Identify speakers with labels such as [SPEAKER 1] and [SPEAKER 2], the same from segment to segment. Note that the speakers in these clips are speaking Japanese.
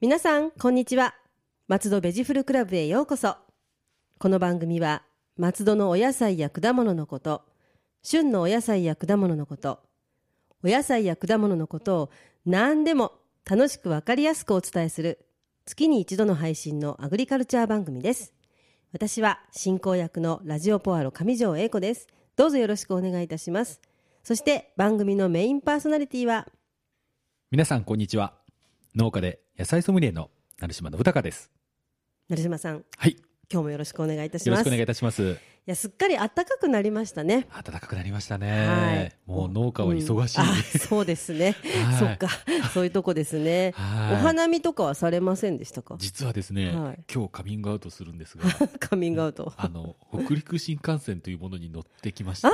[SPEAKER 1] 皆さんこんにちは松戸ベジフルクラブへようこそこの番組は松戸のお野菜や果物のこと旬のお野菜や果物のことお野菜や果物のことを何でも楽しくわかりやすくお伝えする月に一度の配信のアグリカルチャー番組です私は進行役のラジオポアロ上条英子ですどうぞよろしくお願いいたしますそして番組のメインパーソナリティは
[SPEAKER 2] 皆さんこんにちは農家で野菜ソムリエの成島信孝です
[SPEAKER 1] 成島さん
[SPEAKER 2] はい
[SPEAKER 1] 今日もよろしくお願いいたし
[SPEAKER 2] よろ
[SPEAKER 1] ま
[SPEAKER 2] し
[SPEAKER 1] す
[SPEAKER 2] くお願い
[SPEAKER 1] い
[SPEAKER 2] いたします
[SPEAKER 1] やすっかり暖かくなりましたね
[SPEAKER 2] 暖かくなりました
[SPEAKER 1] はい
[SPEAKER 2] ね、もう農家は忙しい、
[SPEAKER 1] うんあそうですね
[SPEAKER 2] はい
[SPEAKER 1] そっかそういうとこですね
[SPEAKER 2] はい
[SPEAKER 1] お花見とかはされませんでしたか
[SPEAKER 2] 実はですね、
[SPEAKER 1] はい
[SPEAKER 2] 今日カミングアウトする んですが
[SPEAKER 1] カミングアウト
[SPEAKER 2] あの北陸新幹線というものに乗ってきました
[SPEAKER 1] あ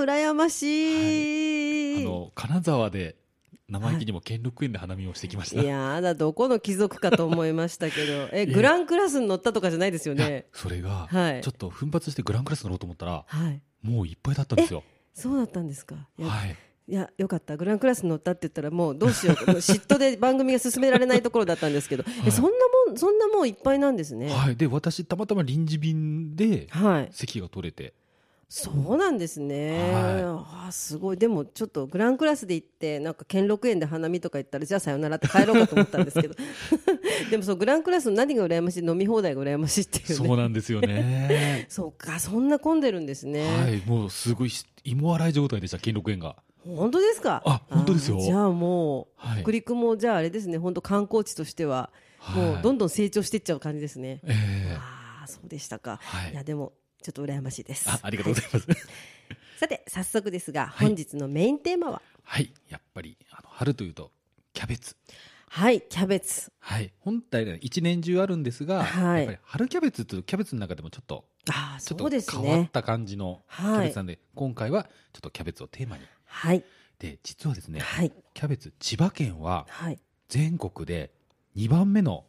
[SPEAKER 1] 羨まし
[SPEAKER 2] あ
[SPEAKER 1] い、
[SPEAKER 2] の金沢で生意気にも兼六園で花見をしてきました、
[SPEAKER 1] いやーだどこの貴族かと思いましたけ どえ
[SPEAKER 2] いや
[SPEAKER 1] グランクラスに乗ったとかじゃないですよ
[SPEAKER 2] いや
[SPEAKER 1] ね
[SPEAKER 2] それが、
[SPEAKER 1] はい
[SPEAKER 2] ちょっと奮発してグランクラス乗ろうと思ったら
[SPEAKER 1] はい
[SPEAKER 2] もういっぱいだったんですよ
[SPEAKER 1] そうだったんですかいや,、
[SPEAKER 2] はい
[SPEAKER 1] い、やよかったグランクラスに乗ったって言ったらもうどうしよう ともう嫉妬で番組が進められないところだったんですけど、
[SPEAKER 2] は
[SPEAKER 1] え
[SPEAKER 2] い
[SPEAKER 1] そんなもんそんなもんいっぱいなんですね
[SPEAKER 2] はいで私たまたま臨時便で
[SPEAKER 1] はい
[SPEAKER 2] 席が取れて
[SPEAKER 1] そうなんですね、
[SPEAKER 2] は
[SPEAKER 1] あすごいでもちょっとグランクラスで行ってなんか兼六園で花見とか行ったらじゃあさよならって帰ろうかと思ったんですけど でもそうグランクラスの何が羨ましい飲み放題が羨ましいっていうね
[SPEAKER 2] そうなんですよね
[SPEAKER 1] そうかそんな混んでるんです ね、
[SPEAKER 2] はい、もうすごいし芋洗い状態でした、兼六園が。
[SPEAKER 1] 本当ですか
[SPEAKER 2] あ本当ですよ
[SPEAKER 1] あーじゃあもう、
[SPEAKER 2] はい
[SPEAKER 1] 北陸もじゃああれですね本当観光地としてはもうどん
[SPEAKER 2] ど
[SPEAKER 1] どん成長していっちゃう感じですね、
[SPEAKER 2] ん。ええ
[SPEAKER 1] ああそうでしたか、、
[SPEAKER 2] はいい
[SPEAKER 1] やでもちょっと羨ましいです
[SPEAKER 2] あ、ありがとうございます。
[SPEAKER 1] はいさて早速ですが
[SPEAKER 2] はい
[SPEAKER 1] 本日のメインテーマは
[SPEAKER 2] はい、やっぱり、あの春というと、キャベツ。
[SPEAKER 1] はい、キャベツ
[SPEAKER 2] はい、本体では一年中あるんですが、
[SPEAKER 1] はい
[SPEAKER 2] やっぱり春キャベツというキャベツの中でもちょっと、
[SPEAKER 1] ああ
[SPEAKER 2] ちょっ
[SPEAKER 1] そう
[SPEAKER 2] と
[SPEAKER 1] です
[SPEAKER 2] 変わっ
[SPEAKER 1] ね
[SPEAKER 2] た感じのキャ
[SPEAKER 1] は
[SPEAKER 2] ベツないんで、今回はちょっとキャベツをテーマに。
[SPEAKER 1] はい
[SPEAKER 2] で、実はですね、
[SPEAKER 1] はい
[SPEAKER 2] キャベツ、千葉県は
[SPEAKER 1] はい
[SPEAKER 2] 全国で2番目の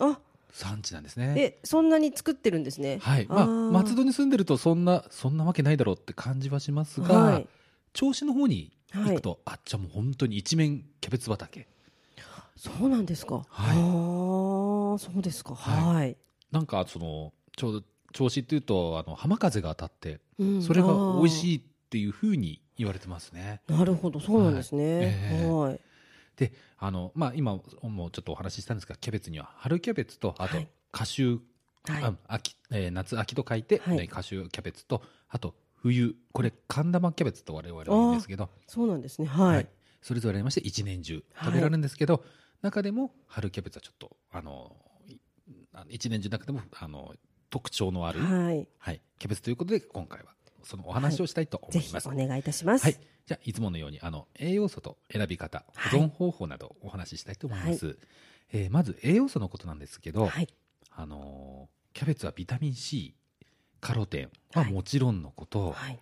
[SPEAKER 1] あ
[SPEAKER 2] 産地なんですね。
[SPEAKER 1] えそんなに作ってるんですね
[SPEAKER 2] はいまあ、
[SPEAKER 1] あー
[SPEAKER 2] 松戸に住んでるとそんなそんなわけないだろうって感じはしますが、
[SPEAKER 1] はい
[SPEAKER 2] 銚子の方に
[SPEAKER 1] はい
[SPEAKER 2] 行くと、あっちゃもう本当に一面キャベツ畑
[SPEAKER 1] そうなんですかああ
[SPEAKER 2] はい
[SPEAKER 1] ーそうですか
[SPEAKER 2] は
[SPEAKER 1] はい
[SPEAKER 2] なんかそのちょうど銚子っていうとあの浜風が当たって
[SPEAKER 1] うん
[SPEAKER 2] それが美味
[SPEAKER 1] あ
[SPEAKER 2] しいっていうふうに言われてますね。
[SPEAKER 1] ーなるほどそうなんです
[SPEAKER 2] はい
[SPEAKER 1] ね
[SPEAKER 2] ええ
[SPEAKER 1] はい
[SPEAKER 2] であの、まあ、今もちょっとお話ししたんですがキャベツには春キャベツとあと
[SPEAKER 1] はい
[SPEAKER 2] 夏秋、
[SPEAKER 1] は
[SPEAKER 2] あ
[SPEAKER 1] い
[SPEAKER 2] 秋えー夏秋と書いて、
[SPEAKER 1] はい
[SPEAKER 2] えー夏秋キャベツとあと冬これ寒玉キャベツと我々は言うんですけど
[SPEAKER 1] そうなんですねは
[SPEAKER 2] はいいそれぞれありまして一年中
[SPEAKER 1] はい
[SPEAKER 2] 食べられるんですけど、中でも春キャベツはちょっとあのいあの一年中なくてもあの特徴のある、はい
[SPEAKER 1] はい
[SPEAKER 2] キャベツということで今回はそのお話をしたいと思
[SPEAKER 1] ぜ
[SPEAKER 2] い
[SPEAKER 1] ひ
[SPEAKER 2] ます。
[SPEAKER 1] お
[SPEAKER 2] はい
[SPEAKER 1] 願いいたします
[SPEAKER 2] じゃあいつものようにあの栄養素と選び方
[SPEAKER 1] はい
[SPEAKER 2] 保存方法などお話ししたいと思います、えーまず栄養素のことなんですけど、
[SPEAKER 1] はい
[SPEAKER 2] あのーキャベツはビタミン C カロテンは
[SPEAKER 1] はい
[SPEAKER 2] もちろんのこと、
[SPEAKER 1] はい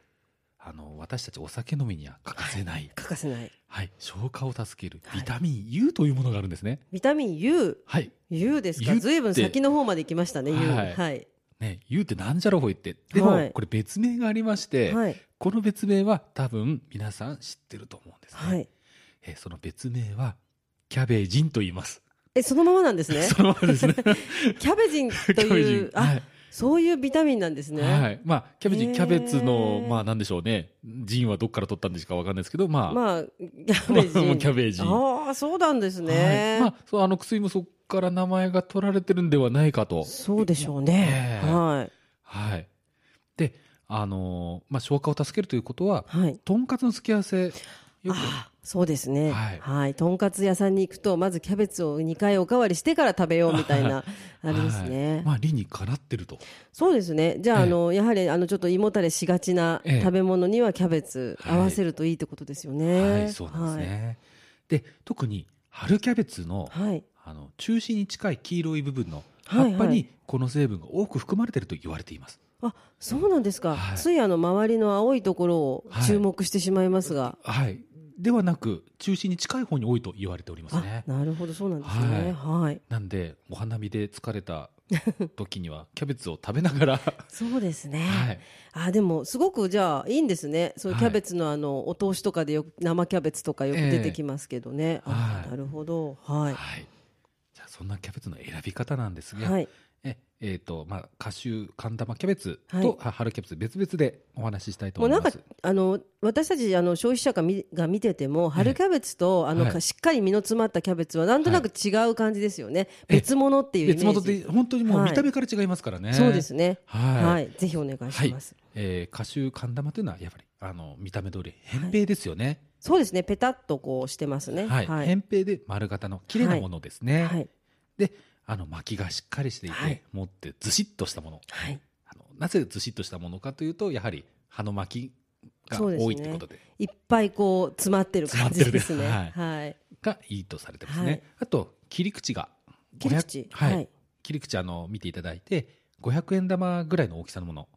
[SPEAKER 2] あの私たちお酒飲みには欠かせない
[SPEAKER 1] 欠かせない
[SPEAKER 2] はい、消化を助ける
[SPEAKER 1] はい
[SPEAKER 2] ビタミン U というものがあるんですね。
[SPEAKER 1] ビタミン U
[SPEAKER 2] はい、
[SPEAKER 1] U です
[SPEAKER 2] 湯
[SPEAKER 1] か
[SPEAKER 2] って
[SPEAKER 1] ずいぶん先の方まで行きましたね U
[SPEAKER 2] はい
[SPEAKER 1] はい
[SPEAKER 2] ね、U ってなんじゃらほいって。でも、
[SPEAKER 1] はい
[SPEAKER 2] これ別名がありまして、
[SPEAKER 1] はい
[SPEAKER 2] この別名は多分皆さん知ってると思うんですね。
[SPEAKER 1] はい
[SPEAKER 2] えーその別名は、キャベジンと言います。
[SPEAKER 1] えそのままなんですね
[SPEAKER 2] そのままです ね。
[SPEAKER 1] キャベジン
[SPEAKER 2] キ
[SPEAKER 1] と
[SPEAKER 2] ャベジ
[SPEAKER 1] い
[SPEAKER 2] ン
[SPEAKER 1] う。
[SPEAKER 2] は
[SPEAKER 1] あ
[SPEAKER 2] い。
[SPEAKER 1] そういうビタミンなんですね
[SPEAKER 2] はい。まあ、キャベジ
[SPEAKER 1] へ
[SPEAKER 2] ン、
[SPEAKER 1] ー
[SPEAKER 2] キャベツの、まあなんでしょうね。ジンはどっから取ったんですかわかんないですけど、 まあ、
[SPEAKER 1] まあ、キャベジ
[SPEAKER 2] もう
[SPEAKER 1] ン。
[SPEAKER 2] キャベジン。
[SPEAKER 1] ああ、そうなんですね。
[SPEAKER 2] はい。まあ、そう、あの薬もそこから名前が取られてるんではないかと。
[SPEAKER 1] そうでしょうね。
[SPEAKER 2] ええ
[SPEAKER 1] はい。
[SPEAKER 2] はい。で、あのーまあ、消化を助けるということは、
[SPEAKER 1] はい。
[SPEAKER 2] とんかつの付け合わせ、よく、
[SPEAKER 1] ああ、そうですね。
[SPEAKER 2] はい
[SPEAKER 1] はい。とんかつ屋さんに行くと、まずキャベツを2回おかわりしてから食べようみた いな、あれです
[SPEAKER 2] はい
[SPEAKER 1] ね。
[SPEAKER 2] まあ、理にかなってると。
[SPEAKER 1] そうですね。じゃあ、
[SPEAKER 2] ええ
[SPEAKER 1] あの、やはり、あの、ちょっと胃もたれしがちな
[SPEAKER 2] ええ
[SPEAKER 1] 食べ物にはキャベツ
[SPEAKER 2] は
[SPEAKER 1] 合
[SPEAKER 2] い
[SPEAKER 1] わせるといいってことですよね。
[SPEAKER 2] はい、そうなんですね。で、特に、春キャベツの、
[SPEAKER 1] はい。はい。
[SPEAKER 2] あの、中心に近い黄色い部分の
[SPEAKER 1] は
[SPEAKER 2] 葉
[SPEAKER 1] い
[SPEAKER 2] っぱに、この成分が多く含まれていると言われています。
[SPEAKER 1] あ、そうなんですか。
[SPEAKER 2] はい
[SPEAKER 1] ついあの、周りの青いところを注目してしまいますが。
[SPEAKER 2] はい。ではなく、中心に近い方に多いと言われておりますね。
[SPEAKER 1] あなるほどそうなんですねはい、
[SPEAKER 2] なんで、お花見で疲れた時にはキャベツを食べ ながら、
[SPEAKER 1] そうですね。
[SPEAKER 2] はい、
[SPEAKER 1] あでもすごくじゃあいいんですね。そういう
[SPEAKER 2] は
[SPEAKER 1] キ
[SPEAKER 2] い
[SPEAKER 1] ャベツのあのお通しとかでよく生キャベツとかよく
[SPEAKER 2] ええ
[SPEAKER 1] 出てきますけどね。あ
[SPEAKER 2] はい
[SPEAKER 1] なるほど。はい。
[SPEAKER 2] はい、じゃあそんなキャベツの選び方なんですが、
[SPEAKER 1] はい。
[SPEAKER 2] ええーとまあ、カシュー寒玉キャベツ
[SPEAKER 1] はい
[SPEAKER 2] と、は春キャベツ別々でお話ししたいと
[SPEAKER 1] もう
[SPEAKER 2] 思い
[SPEAKER 1] なん
[SPEAKER 2] ま
[SPEAKER 1] か
[SPEAKER 2] す。
[SPEAKER 1] あの私たちあの消費者が見が見てても春キャベツとあの、
[SPEAKER 2] はい
[SPEAKER 1] しっかり実の詰まったキャベツはなんとなく違う感じですよね。
[SPEAKER 2] ええ
[SPEAKER 1] 別物っていうイメージ。
[SPEAKER 2] 別元で本当にもう
[SPEAKER 1] はい
[SPEAKER 2] 見た目から違いますからね。
[SPEAKER 1] そうですね。
[SPEAKER 2] はい、
[SPEAKER 1] はい、ぜひお願いします。
[SPEAKER 2] えー、カシュー寒玉というのはやっぱりあの見た目通り扁平ですよね。
[SPEAKER 1] そうですね。ペタッとこうしてますね。
[SPEAKER 2] はい、
[SPEAKER 1] はい。
[SPEAKER 2] 扁平で丸型の綺麗なものですね。
[SPEAKER 1] はい。
[SPEAKER 2] あの巻きがしっかりしていて、
[SPEAKER 1] はい
[SPEAKER 2] 持ってずしっとしたもの。
[SPEAKER 1] はい
[SPEAKER 2] あのなぜずしっとしたものかというとやはり葉の巻きが
[SPEAKER 1] そうですね
[SPEAKER 2] 多いということで
[SPEAKER 1] いっぱいこう詰まってる感じですね。
[SPEAKER 2] 詰まって
[SPEAKER 1] はい。
[SPEAKER 2] がいいとされてますね。
[SPEAKER 1] はい
[SPEAKER 2] あと切り口が
[SPEAKER 1] 切り口
[SPEAKER 2] 500はい、切り口あの見ていただいて500円玉ぐらいの大きさのもの、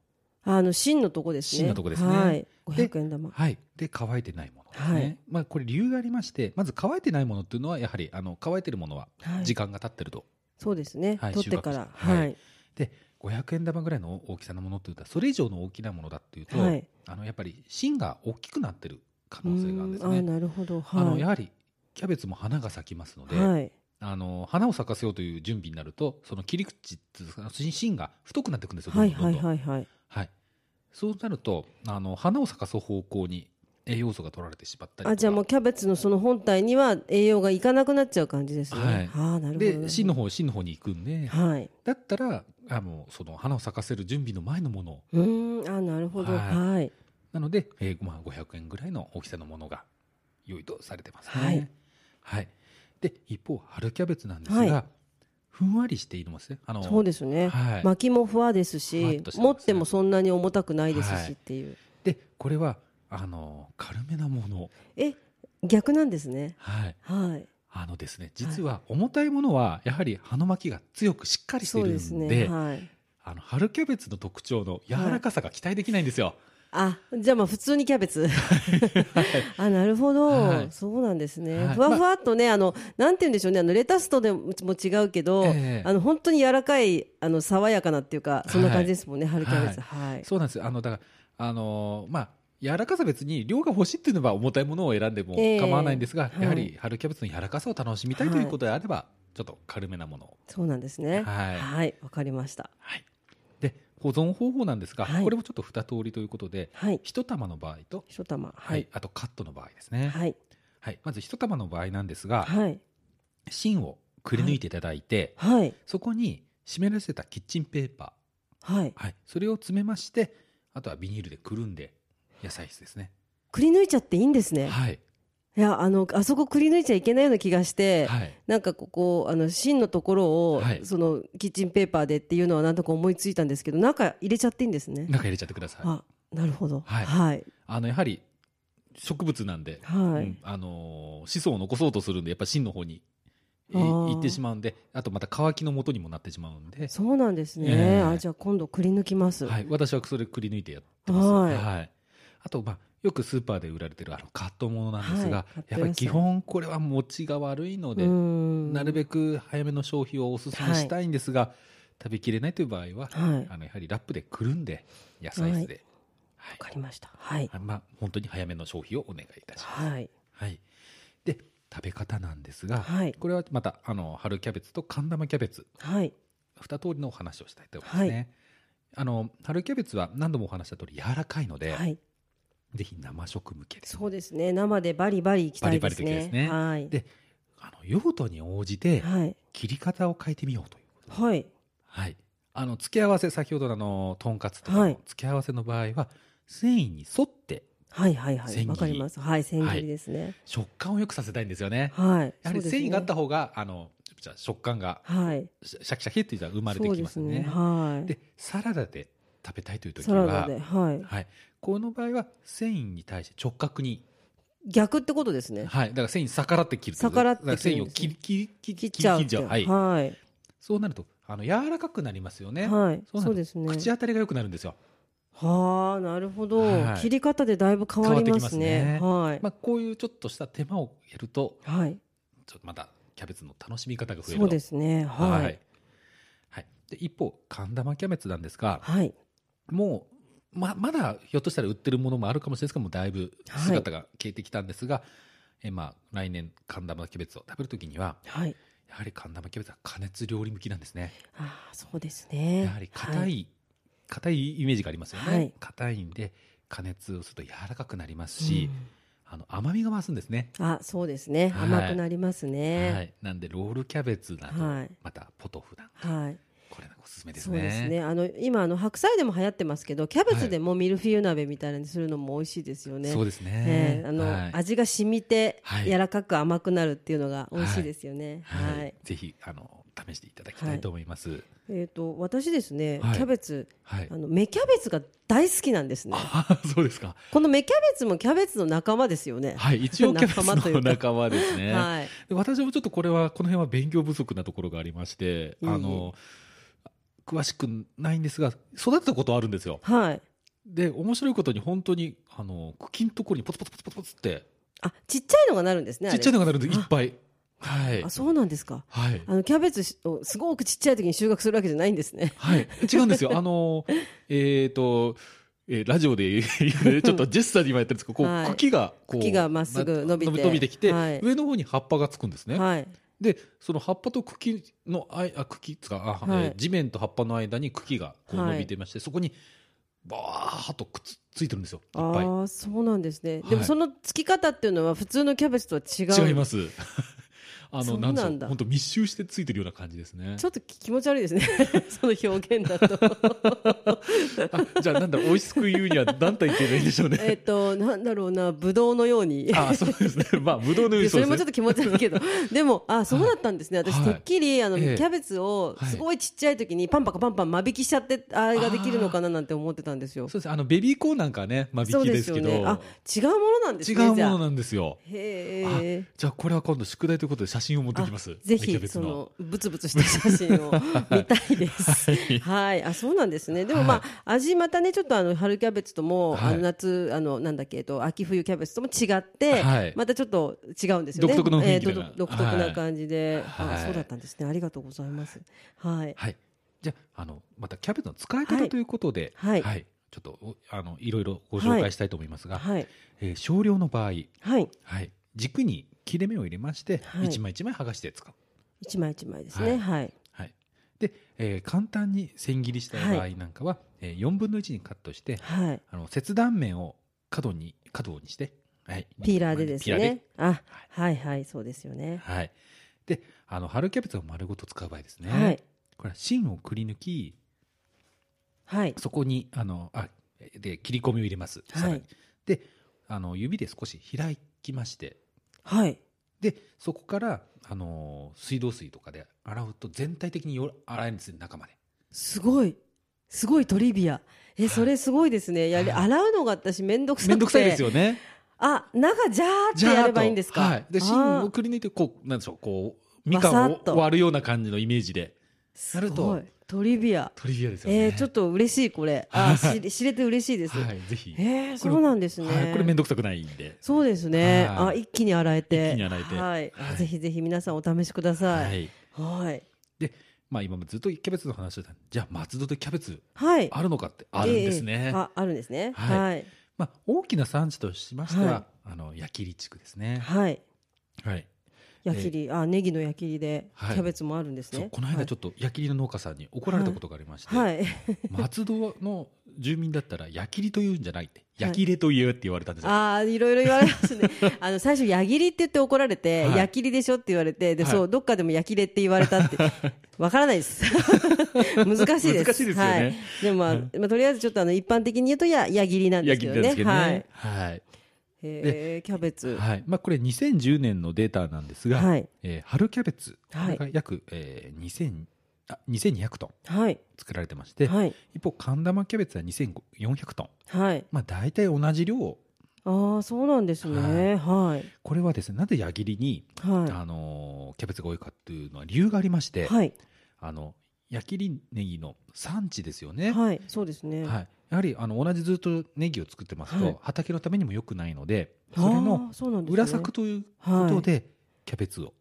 [SPEAKER 1] あの芯のとこですね。
[SPEAKER 2] 芯のとこですね
[SPEAKER 1] はい。五
[SPEAKER 2] で
[SPEAKER 1] 百円玉。
[SPEAKER 2] はい、で乾いてないものですね、
[SPEAKER 1] はい
[SPEAKER 2] まあ、これ理由がありましてまず乾いてないものっていうのはやはりあの乾いてるものは
[SPEAKER 1] はい
[SPEAKER 2] 時間が経ってると、
[SPEAKER 1] そうですね。
[SPEAKER 2] はい
[SPEAKER 1] 取ってから。
[SPEAKER 2] 収穫して
[SPEAKER 1] は。
[SPEAKER 2] はい500円玉ぐらいの大きさのものっていうとそれ以上の大きなものだっていうと、
[SPEAKER 1] はい。
[SPEAKER 2] あのやっぱり芯が大きくなってる可
[SPEAKER 1] う
[SPEAKER 2] 能性があるん
[SPEAKER 1] ん
[SPEAKER 2] です
[SPEAKER 1] あ、
[SPEAKER 2] ね。
[SPEAKER 1] なるほど。
[SPEAKER 2] あのや
[SPEAKER 1] は
[SPEAKER 2] はりキャベツも花が咲きますの
[SPEAKER 1] い。
[SPEAKER 2] で、
[SPEAKER 1] はい。
[SPEAKER 2] あの花を咲かせようという準備になるとその切り口っていうか芯が太くなっていくんですよど
[SPEAKER 1] は
[SPEAKER 2] ん
[SPEAKER 1] い
[SPEAKER 2] どんど
[SPEAKER 1] は
[SPEAKER 2] ん
[SPEAKER 1] い
[SPEAKER 2] どん
[SPEAKER 1] はいはい。
[SPEAKER 2] はい、そうなるとあの花を咲かす方向に栄養素が取られてしまったりとか
[SPEAKER 1] あ、じゃあもうキャベツのその本体には栄養がいかなくなっちゃう感じですね。
[SPEAKER 2] はい
[SPEAKER 1] ああ、なるほど。
[SPEAKER 2] で芯の。方芯の方に行くんで、
[SPEAKER 1] はい。
[SPEAKER 2] だったらあのその花を咲かせる準備の前のもの
[SPEAKER 1] うーん、あ、なるほど。
[SPEAKER 2] はい
[SPEAKER 1] はい。
[SPEAKER 2] なので、えーまあ、500円ぐらいの大きさのものが良いとされてますね。
[SPEAKER 1] はい
[SPEAKER 2] はいで一方春キャベツなんですが、
[SPEAKER 1] は
[SPEAKER 2] ふんわりしているんですね。あの
[SPEAKER 1] そうですね。
[SPEAKER 2] はい
[SPEAKER 1] 巻きもふわです
[SPEAKER 2] ふわっ
[SPEAKER 1] し
[SPEAKER 2] としてま、すね
[SPEAKER 1] 持ってもそんなに重たくないです
[SPEAKER 2] は
[SPEAKER 1] し
[SPEAKER 2] い
[SPEAKER 1] っていう。
[SPEAKER 2] でこれはあの軽めなもの、
[SPEAKER 1] え、逆なんですね。
[SPEAKER 2] はい、
[SPEAKER 1] はい。
[SPEAKER 2] あのですね実は重たいものはやはり葉の巻きが強くしっかりしてい
[SPEAKER 1] そう
[SPEAKER 2] るん
[SPEAKER 1] で
[SPEAKER 2] で。
[SPEAKER 1] すね。はい。
[SPEAKER 2] あの春キャベツの特徴の柔らかさが期待できないんですよ。
[SPEAKER 1] あ、じゃあまあ普通にキャベツ。 あ、なるほど、
[SPEAKER 2] はい
[SPEAKER 1] そうなんですね。
[SPEAKER 2] はい
[SPEAKER 1] ふわ
[SPEAKER 2] まあ
[SPEAKER 1] ふわっとね、あの、なんて言うんでしょうね、あのレタスとでもも違うけど、
[SPEAKER 2] ええ
[SPEAKER 1] あの本当に柔らかい、あの爽やかなっていうか、そんな感じですもんね、
[SPEAKER 2] い
[SPEAKER 1] 春キャベツ。はい。
[SPEAKER 2] そうなんですよあのだからあのーまあ柔らかさ別に量が欲しいっていうのは重たいものを選んでも
[SPEAKER 1] ええ
[SPEAKER 2] 構わないんですが、
[SPEAKER 1] はい
[SPEAKER 2] やはり春キャベツの柔らかさを楽しみたいということであれば、ちょっと軽めなものを。
[SPEAKER 1] そうなんですね。
[SPEAKER 2] はい
[SPEAKER 1] はい、わかりました。
[SPEAKER 2] はい、で保存方法なんですが、
[SPEAKER 1] はい
[SPEAKER 2] これもちょっと2通りということで
[SPEAKER 1] はい。
[SPEAKER 2] 1玉の場合と、
[SPEAKER 1] 一玉。
[SPEAKER 2] は
[SPEAKER 1] はいい。、
[SPEAKER 2] あとカットの場合ですね、はい
[SPEAKER 1] はい。
[SPEAKER 2] まず1玉の場合なんですが、
[SPEAKER 1] はい。
[SPEAKER 2] 芯をくり抜いていただいて、
[SPEAKER 1] はい。
[SPEAKER 2] そこに湿らせたキッチンペーパー
[SPEAKER 1] はい。
[SPEAKER 2] はい、それを詰めましてあとはビニールでくるんで野菜室ですね。
[SPEAKER 1] くり抜いちゃっていいんですね。
[SPEAKER 2] はい、
[SPEAKER 1] いや、あの、あそこくり抜いちゃいけないような気がして、
[SPEAKER 2] はい、
[SPEAKER 1] なんかここあの芯のところを、
[SPEAKER 2] はい
[SPEAKER 1] そのキッチンペーパーでっていうのはなんとか思いついたんですけど中入れちゃっていいんですね。
[SPEAKER 2] 中入れちゃってください。
[SPEAKER 1] あなるほど。は
[SPEAKER 2] はいい
[SPEAKER 1] はい、
[SPEAKER 2] あのやはり植物なんで、うんあのー子孫を残そうとするんでやっぱ芯の方にい
[SPEAKER 1] あー
[SPEAKER 2] 行ってしまうんで、あとまた乾きの元にもなってしまうんで、
[SPEAKER 1] そうなんですね。
[SPEAKER 2] ええ
[SPEAKER 1] あじゃあ今度くり抜きます。
[SPEAKER 2] はい、私はそれくり抜いてやってます。
[SPEAKER 1] はい
[SPEAKER 2] あとまあよくスーパーで売られてるあのカットものなんですが、
[SPEAKER 1] はい
[SPEAKER 2] やっぱり基本これは持ちが悪いので、
[SPEAKER 1] ん
[SPEAKER 2] なるべく早めの消費をお勧めしたいんですが、食べきれないという場合は、
[SPEAKER 1] はいわ
[SPEAKER 2] あのやはりラップでくるんで野菜室で、はい
[SPEAKER 1] かりました。はい
[SPEAKER 2] あまあ、本当に早めの消費をお願いいたします。
[SPEAKER 1] はい
[SPEAKER 2] はい、で食べ方なんですが、
[SPEAKER 1] はい
[SPEAKER 2] これはまたあの春キャベツと寒玉キャベツ
[SPEAKER 1] はい
[SPEAKER 2] 二通りのお話をしたいと思いますね。
[SPEAKER 1] は
[SPEAKER 2] あの春キャベツは何度もお話した通り柔らかいので、
[SPEAKER 1] はい。
[SPEAKER 2] ぜひ生食向けで
[SPEAKER 1] そうですね。生でバリバリいきたいですね。
[SPEAKER 2] バリバリいきたいですね
[SPEAKER 1] はい
[SPEAKER 2] であの用途に応じて
[SPEAKER 1] はい
[SPEAKER 2] 切り方を変えてみようということで
[SPEAKER 1] はい
[SPEAKER 2] はい、あの付け合わせ先ほどのあのとんかつとか
[SPEAKER 1] はい
[SPEAKER 2] の付け合わせの場合は繊維に沿って
[SPEAKER 1] はいはいはい
[SPEAKER 2] 千切り
[SPEAKER 1] わかります。はい千切りですね。
[SPEAKER 2] 食感を良くさせたいんですよね。
[SPEAKER 1] はい。
[SPEAKER 2] やはり
[SPEAKER 1] そうです
[SPEAKER 2] 繊
[SPEAKER 1] ね
[SPEAKER 2] 維があった方が、あのじゃあ食感が
[SPEAKER 1] はい
[SPEAKER 2] シャキシャキっていうのは生まれて
[SPEAKER 1] そう
[SPEAKER 2] き
[SPEAKER 1] で
[SPEAKER 2] ますすね。
[SPEAKER 1] ね。
[SPEAKER 2] で
[SPEAKER 1] はい。
[SPEAKER 2] サラダで食べたいという時
[SPEAKER 1] サラダ
[SPEAKER 2] は
[SPEAKER 1] で、はい。
[SPEAKER 2] はい、この場合は繊維に対して直角に、
[SPEAKER 1] 逆ってことですね。
[SPEAKER 2] はい、だから繊維に逆らって切る
[SPEAKER 1] 逆らって
[SPEAKER 2] だから
[SPEAKER 1] 切
[SPEAKER 2] 繊
[SPEAKER 1] るん
[SPEAKER 2] 維を
[SPEAKER 1] です
[SPEAKER 2] 切
[SPEAKER 1] ね
[SPEAKER 2] り切り切
[SPEAKER 1] 切
[SPEAKER 2] り切
[SPEAKER 1] っ
[SPEAKER 2] り
[SPEAKER 1] ちゃうって
[SPEAKER 2] 切
[SPEAKER 1] い
[SPEAKER 2] っ
[SPEAKER 1] う。
[SPEAKER 2] はい
[SPEAKER 1] はい。
[SPEAKER 2] そうなるとあの柔らかくなりますよね。
[SPEAKER 1] はい。
[SPEAKER 2] そうな
[SPEAKER 1] そ
[SPEAKER 2] の
[SPEAKER 1] うですね。
[SPEAKER 2] 口当たりが良くなるんですよ。
[SPEAKER 1] はあ、なるほど
[SPEAKER 2] は。い
[SPEAKER 1] 切り方でだいぶ変わりますね。
[SPEAKER 2] 変わ
[SPEAKER 1] はい。
[SPEAKER 2] まあ、こういうちょっとした手間をやると
[SPEAKER 1] はい。
[SPEAKER 2] ちょっとまたキャベツの楽しみ方が増える
[SPEAKER 1] そうですね。
[SPEAKER 2] はい、は
[SPEAKER 1] はいい。
[SPEAKER 2] で一方寒玉キャベツなんですが
[SPEAKER 1] はい。
[SPEAKER 2] もうままだひょっとしたら売ってるものもあるかもしれないですけどもうだいぶ姿が消えてきたんですが、えまあ、来年寒玉キャベツを食べる時には
[SPEAKER 1] はい。
[SPEAKER 2] やはり寒玉キャベツは加熱料理向きなんですね。
[SPEAKER 1] ああ、そうですね。
[SPEAKER 2] やはり硬
[SPEAKER 1] はい。
[SPEAKER 2] い、硬いイメージがありますよね。
[SPEAKER 1] はい
[SPEAKER 2] 硬いんで加熱をすると柔らかくなりますし、あの甘みが増すんですね。
[SPEAKER 1] うんあ、そうですね。
[SPEAKER 2] はい
[SPEAKER 1] 甘くなります
[SPEAKER 2] は
[SPEAKER 1] ね。
[SPEAKER 2] い。なんでロールキャベツなど、
[SPEAKER 1] はい
[SPEAKER 2] またポトフなんか、
[SPEAKER 1] はい。
[SPEAKER 2] これなんかおすすめです
[SPEAKER 1] そう
[SPEAKER 2] ね。
[SPEAKER 1] ですね。あの今あの白菜でも流行ってますけど、キャベツでもミルフィーユ鍋みたいにするのも美味しいですよね。
[SPEAKER 2] そうです
[SPEAKER 1] え
[SPEAKER 2] ね
[SPEAKER 1] えあの、
[SPEAKER 2] はい
[SPEAKER 1] 味が染みて
[SPEAKER 2] はい
[SPEAKER 1] 柔らかく甘くなるっていうのが美味しいですよね。はい。
[SPEAKER 2] はいぜひあの試していただきたいと思います。
[SPEAKER 1] えっ、と私ですね、
[SPEAKER 2] はい
[SPEAKER 1] キャベツ
[SPEAKER 2] はい。
[SPEAKER 1] あの芽キャベツが大好きなんですね。
[SPEAKER 2] あ、 そうですか。
[SPEAKER 1] この芽キャベツもキャベツの仲間ですよね。
[SPEAKER 2] はい。一応キャベツ
[SPEAKER 1] 仲間という
[SPEAKER 2] の
[SPEAKER 1] か
[SPEAKER 2] 仲間ですね。
[SPEAKER 1] はい。
[SPEAKER 2] で私もちょっとこれはこの辺は勉強不足なところがありまして、
[SPEAKER 1] いえいえ
[SPEAKER 2] あの詳しくないんですが育てたことはあるんですよ
[SPEAKER 1] はい。
[SPEAKER 2] で面白いことに本当にあの茎のところにポツポツポツポツポツって
[SPEAKER 1] あ、ちっちゃいのがなるんですね。あ
[SPEAKER 2] ち
[SPEAKER 1] れ
[SPEAKER 2] っちゃいのがなるんですい
[SPEAKER 1] あ
[SPEAKER 2] っぱいはい
[SPEAKER 1] あ、そうなんですか。
[SPEAKER 2] はい、
[SPEAKER 1] あのキャベツをすごくちっちゃい時に収穫するわけじゃないんですね。
[SPEAKER 2] はい、違うんですよ あのえっ、とえーラジオでちょっとジェスチャーで今やってるんですけどこう、
[SPEAKER 1] はい
[SPEAKER 2] 茎がこう
[SPEAKER 1] 茎がまっすぐ伸びて
[SPEAKER 2] な伸びてきて、
[SPEAKER 1] はい
[SPEAKER 2] 上の方に葉っぱがつくんですね、
[SPEAKER 1] はい。
[SPEAKER 2] でその葉っぱと茎のあいあ茎つかあ、
[SPEAKER 1] はい
[SPEAKER 2] えー地面と葉っぱの間に茎がこう
[SPEAKER 1] はい
[SPEAKER 2] 伸びてまして、そこにバーッとくっつついてるんですよい
[SPEAKER 1] ああ
[SPEAKER 2] っぱい
[SPEAKER 1] ー、そうなんですね。
[SPEAKER 2] はい
[SPEAKER 1] でもそのつき方っていうのは普通のキャベツとは違う。
[SPEAKER 2] 違います。 あ
[SPEAKER 1] そ
[SPEAKER 2] の
[SPEAKER 1] うなんだ
[SPEAKER 2] なんでしょう本当密集してついてるような感じですね
[SPEAKER 1] ちょっと気持ち悪いですね。 その表現だと。
[SPEAKER 2] あじゃあなんだろう美味しく言うには何体言ってないんでしょう
[SPEAKER 1] え
[SPEAKER 2] ね
[SPEAKER 1] っと、なんだろうな、ぶどうのように。
[SPEAKER 2] あそうですねまあぶどうのよう
[SPEAKER 1] で
[SPEAKER 2] に
[SPEAKER 1] そ
[SPEAKER 2] そう
[SPEAKER 1] れ
[SPEAKER 2] です
[SPEAKER 1] もちょっ
[SPEAKER 2] ね
[SPEAKER 1] と気持ち悪い けど、でも、あ、そうだったんですね。私、
[SPEAKER 2] はい
[SPEAKER 1] てっきり、あの、キ
[SPEAKER 2] ええ
[SPEAKER 1] ャベツを、すごいちっちゃい時に、パンパカパンパン間引きしちゃって、あれができるのかななんて思ってたんですよ。
[SPEAKER 2] そうですあのベビーコーンなんかはね間
[SPEAKER 1] そ
[SPEAKER 2] 引
[SPEAKER 1] う
[SPEAKER 2] き
[SPEAKER 1] で
[SPEAKER 2] ですす
[SPEAKER 1] よ
[SPEAKER 2] けど
[SPEAKER 1] ね。あ、違うものなんです
[SPEAKER 2] 違
[SPEAKER 1] ね。
[SPEAKER 2] うも
[SPEAKER 1] じゃあ
[SPEAKER 2] のなんですよ
[SPEAKER 1] へえ。
[SPEAKER 2] じゃあこれは今度宿題ということで写真を持ってきます
[SPEAKER 1] ぜ
[SPEAKER 2] 芽キャ
[SPEAKER 1] ひ
[SPEAKER 2] ベツ
[SPEAKER 1] そのブツブツした写真を見たい です。はい、あそうなんですね。でもまあ、味またねちょっとあの春キャベツとも、
[SPEAKER 2] はい
[SPEAKER 1] あの夏あのなんだっけえっと秋冬キャベツとも違って、
[SPEAKER 2] はい
[SPEAKER 1] またちょっと違うんですよね。
[SPEAKER 2] 独特の雰囲気
[SPEAKER 1] えー
[SPEAKER 2] だな
[SPEAKER 1] 独独特な感じで、
[SPEAKER 2] はいは
[SPEAKER 1] あ
[SPEAKER 2] い
[SPEAKER 1] そうだったんですね。ありがとうございます。はい。
[SPEAKER 2] はい。じゃあ、あの、またキャベツの使
[SPEAKER 1] は
[SPEAKER 2] い方
[SPEAKER 1] い
[SPEAKER 2] ということで、
[SPEAKER 1] はい
[SPEAKER 2] ちょっと、おあの、いろいろご紹介したいと思いますが、
[SPEAKER 1] はい
[SPEAKER 2] えー少量の場合、
[SPEAKER 1] はい
[SPEAKER 2] はい。軸に切れ目を入れまして、
[SPEAKER 1] はい
[SPEAKER 2] 一枚一枚剥がして使う。
[SPEAKER 1] 一枚一枚ですね。はい
[SPEAKER 2] はい。で、えー簡単に千切りしたい場合なんかは、えー4分の1にカットして、
[SPEAKER 1] はい。
[SPEAKER 2] あの、切断面を角に、角にして、はい。
[SPEAKER 1] ピーラーでです
[SPEAKER 2] ピーラー
[SPEAKER 1] ね。あはいはいそうですよね。
[SPEAKER 2] はい。で、あの、春キャベツを丸ごと使う場合ですね。
[SPEAKER 1] はい
[SPEAKER 2] これは芯をくり抜き、
[SPEAKER 1] はい
[SPEAKER 2] そこにあのあで切り込みを入れます。
[SPEAKER 1] はい
[SPEAKER 2] さらにであの指で少し開きまして
[SPEAKER 1] はい。
[SPEAKER 2] でそこからあの水道水とかで洗うと全体的によ洗えるんですね中まで。
[SPEAKER 1] すごい。すごいトリビア。え、それすごいですね。やり、
[SPEAKER 2] はい
[SPEAKER 1] 洗うのが私めんどくさくて。
[SPEAKER 2] めんどくさいですよね。
[SPEAKER 1] あ、中ジャーって
[SPEAKER 2] ーっと
[SPEAKER 1] やればいいんですか
[SPEAKER 2] はい。で芯を
[SPEAKER 1] あー
[SPEAKER 2] くり抜いてこうなんでしょうこうみか
[SPEAKER 1] わ
[SPEAKER 2] ん
[SPEAKER 1] さっと
[SPEAKER 2] を割るような感じのイメージで。
[SPEAKER 1] す
[SPEAKER 2] やると
[SPEAKER 1] ごい。トリビア。
[SPEAKER 2] トリビアですよね。
[SPEAKER 1] えー、ちょっと嬉しい、これ。 あー、
[SPEAKER 2] はい
[SPEAKER 1] 知れ知れて嬉しいです。
[SPEAKER 2] はいぜひ。
[SPEAKER 1] えー、
[SPEAKER 2] こ
[SPEAKER 1] そ
[SPEAKER 2] れ
[SPEAKER 1] うなんです
[SPEAKER 2] はい
[SPEAKER 1] ね。
[SPEAKER 2] これめんどくさくないんで。
[SPEAKER 1] そうですね。
[SPEAKER 2] は
[SPEAKER 1] あ、
[SPEAKER 2] い
[SPEAKER 1] 一気に洗えて。
[SPEAKER 2] 一気に洗えて
[SPEAKER 1] はい。あ
[SPEAKER 2] はい
[SPEAKER 1] ぜひぜひ皆さんお試しください。
[SPEAKER 2] い。
[SPEAKER 1] はい。
[SPEAKER 2] まあ今もずっとキャベツの話だったんでじゃあ松戸でキャベツ
[SPEAKER 1] はい。
[SPEAKER 2] あるのかってあるんです
[SPEAKER 1] えええ
[SPEAKER 2] ね
[SPEAKER 1] え。あ、あるんですね。
[SPEAKER 2] はい
[SPEAKER 1] はい。
[SPEAKER 2] まあ、大きな産地としましては、
[SPEAKER 1] はい
[SPEAKER 2] あの矢切地区ですね。
[SPEAKER 1] はい。
[SPEAKER 2] はい。
[SPEAKER 1] 焼きり、あ、ネギの焼きりで、キ
[SPEAKER 2] はい
[SPEAKER 1] ャベツもあるんです
[SPEAKER 2] そう
[SPEAKER 1] ね。
[SPEAKER 2] この間
[SPEAKER 1] ょ
[SPEAKER 2] ち
[SPEAKER 1] っ
[SPEAKER 2] ょっと矢切の農家さんに怒られたことがありまして、
[SPEAKER 1] はい。
[SPEAKER 2] 松戸の住民だったら矢切と言うんじゃないって、矢切れと言えって言われたんですよ。
[SPEAKER 1] ああ、いろいろ言われます ね。あの、最初、矢切りって言って怒られて、
[SPEAKER 2] はい
[SPEAKER 1] 矢切りでしょって言われて、で、
[SPEAKER 2] はい
[SPEAKER 1] そう、どっかでも矢切れって言われた って。わからないです。難しいです。
[SPEAKER 2] 難しいですよね
[SPEAKER 1] はい。でも、まあ、まあ、とりあえずちょっとあの、一般的に言うと、や、矢切りなんで
[SPEAKER 2] 矢
[SPEAKER 1] すけ
[SPEAKER 2] 切
[SPEAKER 1] ど
[SPEAKER 2] なん
[SPEAKER 1] ね。
[SPEAKER 2] ですけど
[SPEAKER 1] はい。
[SPEAKER 2] ね。はい。
[SPEAKER 1] へえ、キャベツ。
[SPEAKER 2] はい。まあ、これ2010年のデータなんですが、
[SPEAKER 1] はい
[SPEAKER 2] えー春キャベツ、
[SPEAKER 1] はい
[SPEAKER 2] これが約、えー、2000あ2200トン
[SPEAKER 1] はい。
[SPEAKER 2] 作られてまして、
[SPEAKER 1] はい。
[SPEAKER 2] 一方、寒玉キャベツは2400トン。
[SPEAKER 1] はい。
[SPEAKER 2] まあ、大体同じ量を
[SPEAKER 1] ああ、そうなんですね。はい。
[SPEAKER 2] これはですね、なぜ矢切に
[SPEAKER 1] は
[SPEAKER 2] あのーキャベツが多いかっていうのは理由がありまして、
[SPEAKER 1] い。はい。
[SPEAKER 2] あの焼きりネギの産地ですよね。は
[SPEAKER 1] はい。そうです
[SPEAKER 2] い
[SPEAKER 1] ね。
[SPEAKER 2] やはりあの同じずっとネギを作ってますと、
[SPEAKER 1] はい
[SPEAKER 2] 畑のためにも良くないので、
[SPEAKER 1] あ
[SPEAKER 2] それの
[SPEAKER 1] ー、そうなんですね
[SPEAKER 2] 裏作ということで、キャベツを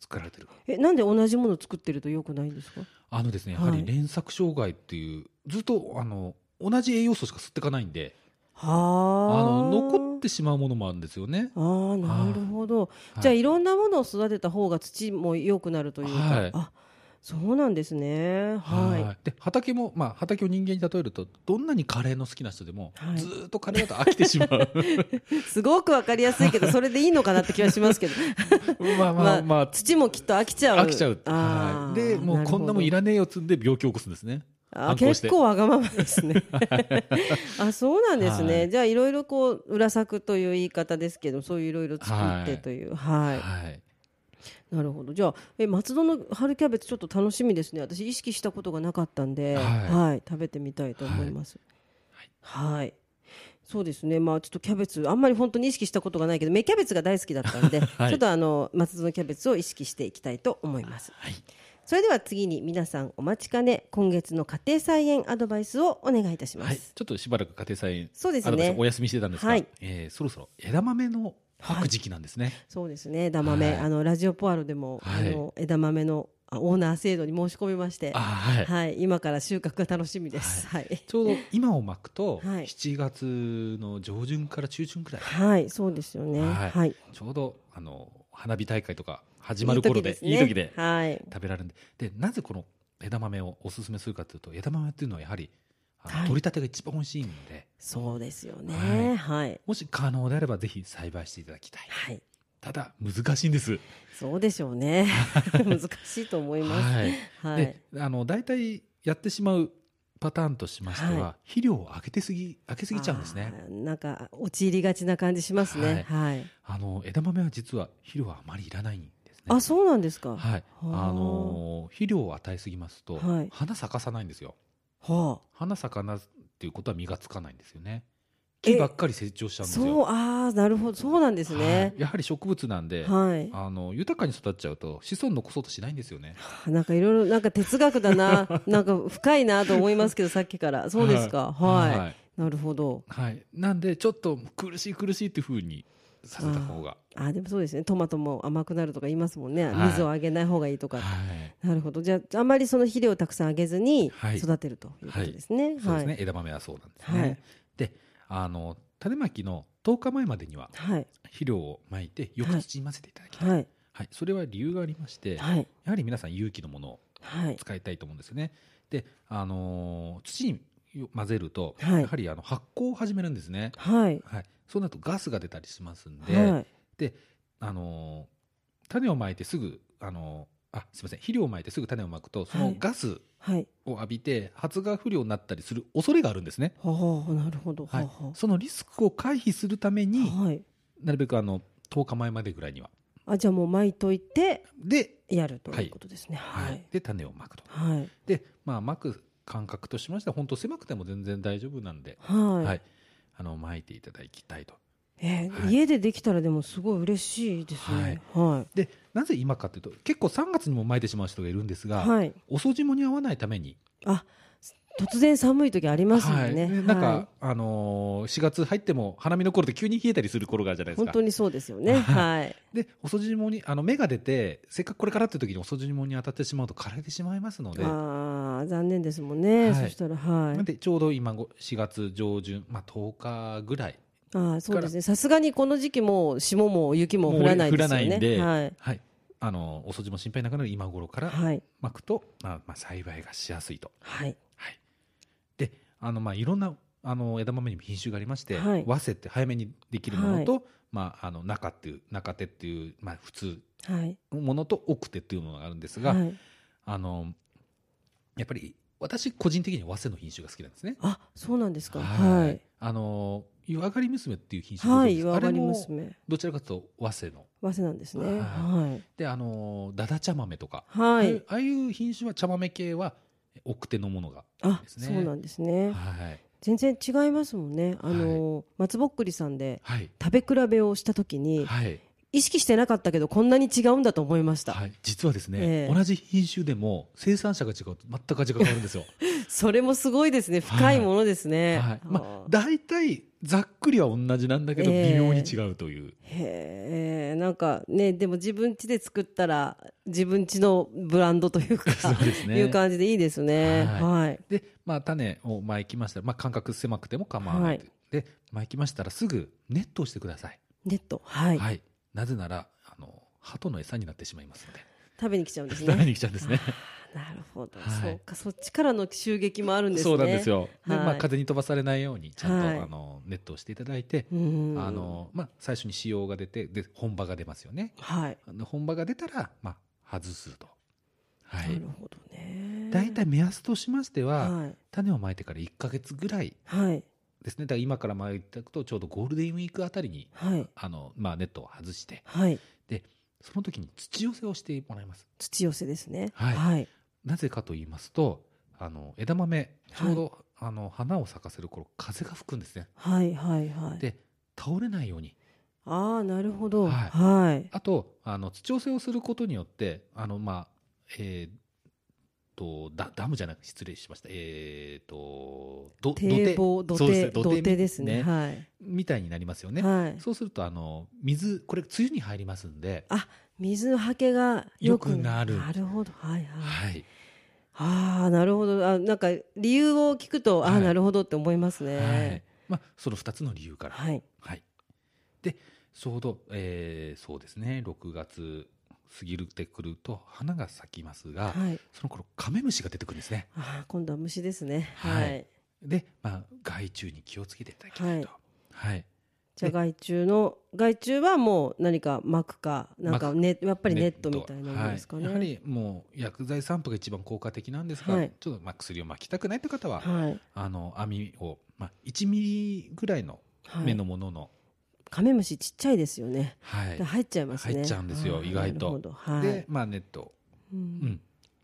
[SPEAKER 2] 作られてる
[SPEAKER 1] えなんで同じものを作ってると良くないんですか
[SPEAKER 2] あのですねや
[SPEAKER 1] はい
[SPEAKER 2] はり連作障害っていう、ずっとあの同じ栄養素しか吸っていかないんで
[SPEAKER 1] は
[SPEAKER 2] あ
[SPEAKER 1] あ
[SPEAKER 2] の残ってしまうものもあるんですよね。
[SPEAKER 1] あーなるほど、
[SPEAKER 2] はい
[SPEAKER 1] じゃあいろんなものを育てた方が土も良くなるというか、
[SPEAKER 2] はい
[SPEAKER 1] あそうなんですねはい
[SPEAKER 2] はい、で畑も、まあ、畑を人間に例えるとどんなにカレーの好きな人でも、
[SPEAKER 1] はい
[SPEAKER 2] ずーっとカレーだと飽きてしま う
[SPEAKER 1] すごくわかりやすいけどそれでいいのかなって気はしますけど
[SPEAKER 2] まあまあまあ、
[SPEAKER 1] 土もきっと飽きちゃう
[SPEAKER 2] 飽きちゃう、
[SPEAKER 1] あ
[SPEAKER 2] はい、
[SPEAKER 1] ー
[SPEAKER 2] でもうこんなもんいらねえよっつんで病気を起こすんですね
[SPEAKER 1] あ
[SPEAKER 2] 反抗して
[SPEAKER 1] 結構わがままです ね。あそうなんですね。
[SPEAKER 2] はい
[SPEAKER 1] じゃあいろいろこう裏作という言い方ですけどそういういろいろ作ってというはい、
[SPEAKER 2] はい
[SPEAKER 1] なるほどじゃあえ松戸の春キャベツちょっと楽しみですね私意識したことがなかったんで、
[SPEAKER 2] はい
[SPEAKER 1] はい食べてみたいと思います。はい、そうですねまあちょっとキャベツあんまり本当に意識したことがないけど芽キャベツが大好きだったんで、
[SPEAKER 2] はい
[SPEAKER 1] ちょっとあの松戸のキャベツを意識していきたいと思います。
[SPEAKER 2] はい
[SPEAKER 1] それでは次に皆さんお待ちかね今月の家庭菜園アドバイスをお願いいたします、
[SPEAKER 2] はい、ちょっとしばらく家庭菜園
[SPEAKER 1] そうです
[SPEAKER 2] アドバイス
[SPEAKER 1] ね
[SPEAKER 2] お休みしてたんですが、
[SPEAKER 1] はい
[SPEAKER 2] えーそろそろ枝豆の吐く時期なんですね、
[SPEAKER 1] そうですね枝豆、
[SPEAKER 2] はい
[SPEAKER 1] あのラジオポアロでも、
[SPEAKER 2] は
[SPEAKER 1] あ
[SPEAKER 2] い
[SPEAKER 1] の枝豆のあオーナー制度に申し込みまして
[SPEAKER 2] あーはい、
[SPEAKER 1] はい今から収穫が楽しみですはい
[SPEAKER 2] ちょうど今をまくと、
[SPEAKER 1] はい
[SPEAKER 2] 7月の上旬から中旬くらい
[SPEAKER 1] はいそうですよねは
[SPEAKER 2] はいい、
[SPEAKER 1] はい、
[SPEAKER 2] ちょうどあの花火大会とか始まる頃でいい時で
[SPEAKER 1] いい時ですねはい
[SPEAKER 2] 食べられるんででなぜこの枝豆をおすすめするかというと枝豆っていうのはやはりあの
[SPEAKER 1] はい
[SPEAKER 2] 取り立てが一番美味しいので、
[SPEAKER 1] そうですよね
[SPEAKER 2] はい
[SPEAKER 1] はい
[SPEAKER 2] もし可能であればぜひ栽培していただきたい
[SPEAKER 1] はい
[SPEAKER 2] ただ難しいんです、
[SPEAKER 1] そうでしょう ね難しいと思います
[SPEAKER 2] はい
[SPEAKER 1] はい、
[SPEAKER 2] であの大体やってしまうパターンとしましては、
[SPEAKER 1] は
[SPEAKER 2] 肥料を上げてすぎ上げすぎちゃうんですね
[SPEAKER 1] あーなんか陥りがちな感じしますねはい
[SPEAKER 2] あの枝豆は実は肥料はあまりいらないんですね
[SPEAKER 1] あそうなんですか。は
[SPEAKER 2] はい、あ
[SPEAKER 1] はあ
[SPEAKER 2] のー肥料を与えすぎますと、
[SPEAKER 1] はい
[SPEAKER 2] 花咲かさないんですよ
[SPEAKER 1] あ。
[SPEAKER 2] 花咲かなっていうことは実がつかないんですよね
[SPEAKER 1] え
[SPEAKER 2] 木ばっかり成長しちゃうんですよ
[SPEAKER 1] そうああなるほどそうなんですね
[SPEAKER 2] は。いやはり植物なんで、
[SPEAKER 1] はい。
[SPEAKER 2] あの豊かに育っちゃうと子孫残そうとしないんですよね
[SPEAKER 1] なんかいろいろなんか哲学だ ななんか深いなと思いますけどさっきからそうですかはい、
[SPEAKER 2] はい、
[SPEAKER 1] なるほど
[SPEAKER 2] はいなんでちょっと苦しい苦しいっていうふうにさせた方が
[SPEAKER 1] あーでもそうですねトマトも甘くなるとか言いますもんね、
[SPEAKER 2] はい
[SPEAKER 1] 水をあげない方がいいとか、
[SPEAKER 2] はい
[SPEAKER 1] なるほどじゃああんまりその肥料をたくさんあげずに
[SPEAKER 2] はい
[SPEAKER 1] 育てるということですね
[SPEAKER 2] そう
[SPEAKER 1] は
[SPEAKER 2] ですね、
[SPEAKER 1] い
[SPEAKER 2] 枝豆はそうなんですね、
[SPEAKER 1] はい
[SPEAKER 2] であの種まきの10日前までには
[SPEAKER 1] はい
[SPEAKER 2] 肥料をまいてよく土に混ぜていただきたい、はい
[SPEAKER 1] はい
[SPEAKER 2] それは理由がありまして、
[SPEAKER 1] はい
[SPEAKER 2] やはり皆さん有機のものを
[SPEAKER 1] はい
[SPEAKER 2] 使いたいと思うんですよね。で、あのー土に混ぜると、
[SPEAKER 1] はい
[SPEAKER 2] やはりあの発酵を始めるんですね。
[SPEAKER 1] はい
[SPEAKER 2] はい、そうなるとガスが出たりしますんで、
[SPEAKER 1] はい
[SPEAKER 2] あのー種をまいてすぐ、あのーあすみません肥料をまいてすぐ種をまくとそ
[SPEAKER 1] は
[SPEAKER 2] の
[SPEAKER 1] い
[SPEAKER 2] ガス
[SPEAKER 1] はい
[SPEAKER 2] を浴びて発芽不良になったりする恐れがあるんですね。
[SPEAKER 1] はあなるほど
[SPEAKER 2] はい
[SPEAKER 1] はあは、
[SPEAKER 2] そのリスクを回避するため
[SPEAKER 1] あ
[SPEAKER 2] に
[SPEAKER 1] はい
[SPEAKER 2] なるべくあの10日前までぐらいには
[SPEAKER 1] あじゃあもう巻いといて
[SPEAKER 2] で,、
[SPEAKER 1] やるということですね。は
[SPEAKER 2] はいい、。で種をまくと。
[SPEAKER 1] はい。
[SPEAKER 2] でまあまく間隔としましては本当狭くても全然大丈夫なんで
[SPEAKER 1] はい。
[SPEAKER 2] はい、あの巻いていただきたいと。
[SPEAKER 1] えー
[SPEAKER 2] はい
[SPEAKER 1] 家でできたらでもすごい嬉しいですね。は
[SPEAKER 2] でなぜ今かというと結構3月にも巻いてしまう人がいるんです
[SPEAKER 1] い。
[SPEAKER 2] が、
[SPEAKER 1] はい。
[SPEAKER 2] お掃除もに合わないために、
[SPEAKER 1] あ、突然寒い時ありますよ
[SPEAKER 2] はい
[SPEAKER 1] ね。
[SPEAKER 2] でなんか、
[SPEAKER 1] は
[SPEAKER 2] あのー、4月入っても花見の頃で急に冷えたりする頃があるじゃない
[SPEAKER 1] い
[SPEAKER 2] です
[SPEAKER 1] 本
[SPEAKER 2] か
[SPEAKER 1] 当にそうですよね。
[SPEAKER 2] は
[SPEAKER 1] はい。
[SPEAKER 2] でお掃除もにあの芽が出てせっかくこれからっていう時にお掃除もに当たってしまうと枯れてしまいますので。
[SPEAKER 1] ああ、残念ですもんね。
[SPEAKER 2] は
[SPEAKER 1] そ
[SPEAKER 2] い
[SPEAKER 1] したら、は
[SPEAKER 2] なん
[SPEAKER 1] い。
[SPEAKER 2] でちょうど今ご4月上旬、まあ、10日ぐらい、
[SPEAKER 1] ああ、そうですね。さすがにこの時期もう霜も雪も降らないですよ
[SPEAKER 2] もう降らないん
[SPEAKER 1] ね。
[SPEAKER 2] で
[SPEAKER 1] はい。
[SPEAKER 2] はい、あのーお掃除も心配なくなる今頃から
[SPEAKER 1] はい。
[SPEAKER 2] 巻くと、まあまあ、栽培がしやすいと
[SPEAKER 1] はい。
[SPEAKER 2] はい、であのまあいろんなあの枝豆にも品種がありまして、
[SPEAKER 1] はい
[SPEAKER 2] 早生って早めにできるものと、まあ、あの中っていう中手っていう、まあ、普通
[SPEAKER 1] はい。
[SPEAKER 2] のものと奥手っていうものがあるんですが、
[SPEAKER 1] はい。
[SPEAKER 2] あのやっぱり私個人的には早生の品種が好きなんですね。
[SPEAKER 1] あ、そうなんですか。はい。
[SPEAKER 2] あの湯上がり娘っていう品種
[SPEAKER 1] はい。
[SPEAKER 2] ご存知ですか
[SPEAKER 1] 岩上がり
[SPEAKER 2] あれも
[SPEAKER 1] 娘。
[SPEAKER 2] どちらかというと早生の
[SPEAKER 1] 早稲なんですね。
[SPEAKER 2] は
[SPEAKER 1] はい。
[SPEAKER 2] であのだだ茶豆とか、
[SPEAKER 1] は
[SPEAKER 2] ああい。
[SPEAKER 1] いう
[SPEAKER 2] ああいう品種は茶豆系は奥手のものが多
[SPEAKER 1] あ
[SPEAKER 2] い、ですね。
[SPEAKER 1] そうなんですね。
[SPEAKER 2] はい
[SPEAKER 1] 全然違いますもんね。あの、松ぼっくりさんで
[SPEAKER 2] はい
[SPEAKER 1] 食べ比べをした時に、
[SPEAKER 2] はい
[SPEAKER 1] 意識してなかったけどこんなに違うんだと思いました。
[SPEAKER 2] はい、実はです
[SPEAKER 1] え
[SPEAKER 2] ね、
[SPEAKER 1] え
[SPEAKER 2] 同じ品種でも生産者が違うと全く味が変わるん ですよ。
[SPEAKER 1] それもすごいですね。深いものですね。
[SPEAKER 2] はい、まあ
[SPEAKER 1] あー
[SPEAKER 2] 大体ざっくりは同じなんだけど
[SPEAKER 1] ええ
[SPEAKER 2] 微妙に違うという、
[SPEAKER 1] へえ、ななんかねでも自分家で作ったら自分家のブランドというか
[SPEAKER 2] そうですね
[SPEAKER 1] いう感じでいいですね
[SPEAKER 2] は
[SPEAKER 1] はい
[SPEAKER 2] で、まあ、種を巻きましたら、まあ、間隔狭くても構わない、
[SPEAKER 1] は
[SPEAKER 2] で巻きましたらすぐネットをしてください、
[SPEAKER 1] ネットは、
[SPEAKER 2] はいいなぜならあの鳩の餌になってしまいますので
[SPEAKER 1] 食べに来ちゃうん です
[SPEAKER 2] 食べ
[SPEAKER 1] ね
[SPEAKER 2] に来ちゃうんですね
[SPEAKER 1] あーなるほど、
[SPEAKER 2] はい
[SPEAKER 1] そうかそっちからの襲撃もあるんですね
[SPEAKER 2] そうなんですよ、で
[SPEAKER 1] はい
[SPEAKER 2] まあ、風に飛ばされないようにちゃんと、
[SPEAKER 1] はい
[SPEAKER 2] あのネットをしていただいて、
[SPEAKER 1] うん
[SPEAKER 2] あのまあ、最初に使用が出てで本場が出ますよね
[SPEAKER 1] はい、
[SPEAKER 2] あの本場が出たら、まあ、外すと、は
[SPEAKER 1] ないる、ほどね
[SPEAKER 2] 大体目安としましては、
[SPEAKER 1] はい
[SPEAKER 2] 種をまいてから1か月ぐらい
[SPEAKER 1] はい
[SPEAKER 2] ですねだから今からまいていくとちょうどゴールデンウィークあたりに
[SPEAKER 1] はい
[SPEAKER 2] あの、まあ、ネットを外して
[SPEAKER 1] はい
[SPEAKER 2] その時に土寄せをしてもらいます
[SPEAKER 1] 土寄せですね
[SPEAKER 2] はい
[SPEAKER 1] はい
[SPEAKER 2] なぜかと言いますとあの枝豆ちょうど、あの花を咲かせる頃風が吹くんですね
[SPEAKER 1] はいはいはい
[SPEAKER 2] で倒れないように
[SPEAKER 1] ああなるほど
[SPEAKER 2] はい
[SPEAKER 1] はい
[SPEAKER 2] あとあの土寄せをすることによってあのまあえーっとダダムじゃなく失礼しましたえーっとど
[SPEAKER 1] 堤防土
[SPEAKER 2] そうです
[SPEAKER 1] 手
[SPEAKER 2] ね
[SPEAKER 1] 土
[SPEAKER 2] 土手
[SPEAKER 1] 手ですねはい
[SPEAKER 2] みたいになりますよね、
[SPEAKER 1] はい
[SPEAKER 2] そうするとあの水これ梅雨に入りますんで、
[SPEAKER 1] 水はけが良く
[SPEAKER 2] 良くなる
[SPEAKER 1] なるほどはいはい
[SPEAKER 2] はい
[SPEAKER 1] ああなるほどあなんか理由を聞くとあ
[SPEAKER 2] は
[SPEAKER 1] あ
[SPEAKER 2] い
[SPEAKER 1] なるほどって思います
[SPEAKER 2] はい
[SPEAKER 1] ね
[SPEAKER 2] まあ、その2つの理由から、はい
[SPEAKER 1] はい
[SPEAKER 2] でちょうど、えーそうですね6月過ぎてくると花が咲きますが、
[SPEAKER 1] はい
[SPEAKER 2] その頃カメムシが出てくるんですね
[SPEAKER 1] ああ今度は虫ですねは
[SPEAKER 2] はい
[SPEAKER 1] い
[SPEAKER 2] で、まあ、害虫に気をつけていただきたいと、はい
[SPEAKER 1] じゃあ害虫の害虫はもう何か巻くかなんかねやっぱりネットみたいなものですかね
[SPEAKER 2] はい、やはりもう薬剤散布が一番効果的なんですが、
[SPEAKER 1] はい
[SPEAKER 2] ちょっとまあ薬を巻きたくないという方は、
[SPEAKER 1] はい
[SPEAKER 2] あの網を、まあ、1ミリぐらいの
[SPEAKER 1] はい
[SPEAKER 2] 目のものの、
[SPEAKER 1] カメムシちっちゃいですよね
[SPEAKER 2] はい
[SPEAKER 1] で入っちゃいますね
[SPEAKER 2] 入っちゃうんですよ
[SPEAKER 1] あー
[SPEAKER 2] 意外と
[SPEAKER 1] なるほどはい
[SPEAKER 2] で、まあ、ネットを、
[SPEAKER 1] う
[SPEAKER 2] うんん、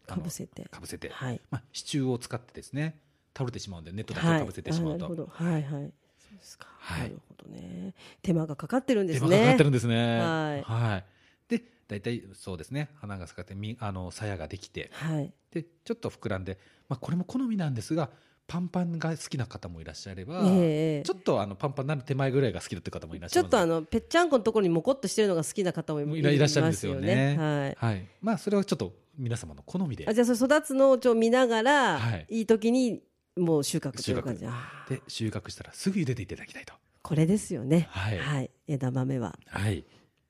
[SPEAKER 1] かぶせて
[SPEAKER 2] かぶせて、
[SPEAKER 1] はい
[SPEAKER 2] まあ、支柱を使ってですね倒れてしまうんでネットだけをかぶせてしまうと、
[SPEAKER 1] はい、あなるほどはいはいそうですか、
[SPEAKER 2] はい
[SPEAKER 1] なるほどね手間がかかってるんです
[SPEAKER 2] 手
[SPEAKER 1] ね
[SPEAKER 2] 間がかかってるんですね
[SPEAKER 1] はい
[SPEAKER 2] で大体そうですね花が咲かってみあの鞘ができて
[SPEAKER 1] はい
[SPEAKER 2] でちょっと膨らんで、まあ、これも好みなんですがパンパンが好きな方もいらっしゃれば、
[SPEAKER 1] ええ
[SPEAKER 2] ちょっとあのパンパンになる手前ぐらいが好きだという方もいらっし
[SPEAKER 1] ち
[SPEAKER 2] ゃ
[SPEAKER 1] ょっ
[SPEAKER 2] います
[SPEAKER 1] とあのぺっちゃんこのところにもこっとしてるのが好きな方もい
[SPEAKER 2] いらいらっしゃるんですよね
[SPEAKER 1] いますよはい
[SPEAKER 2] はいまあ、それはちょっと皆様の好みで
[SPEAKER 1] あじゃあそれ育つのをちょっと見ながら、
[SPEAKER 2] はい
[SPEAKER 1] い、い時にもう収穫という感じ
[SPEAKER 2] 収穫
[SPEAKER 1] あー
[SPEAKER 2] で収穫したらすぐ茹でていただきたいと。
[SPEAKER 1] これですよね
[SPEAKER 2] はい
[SPEAKER 1] はい、枝豆は
[SPEAKER 2] はい、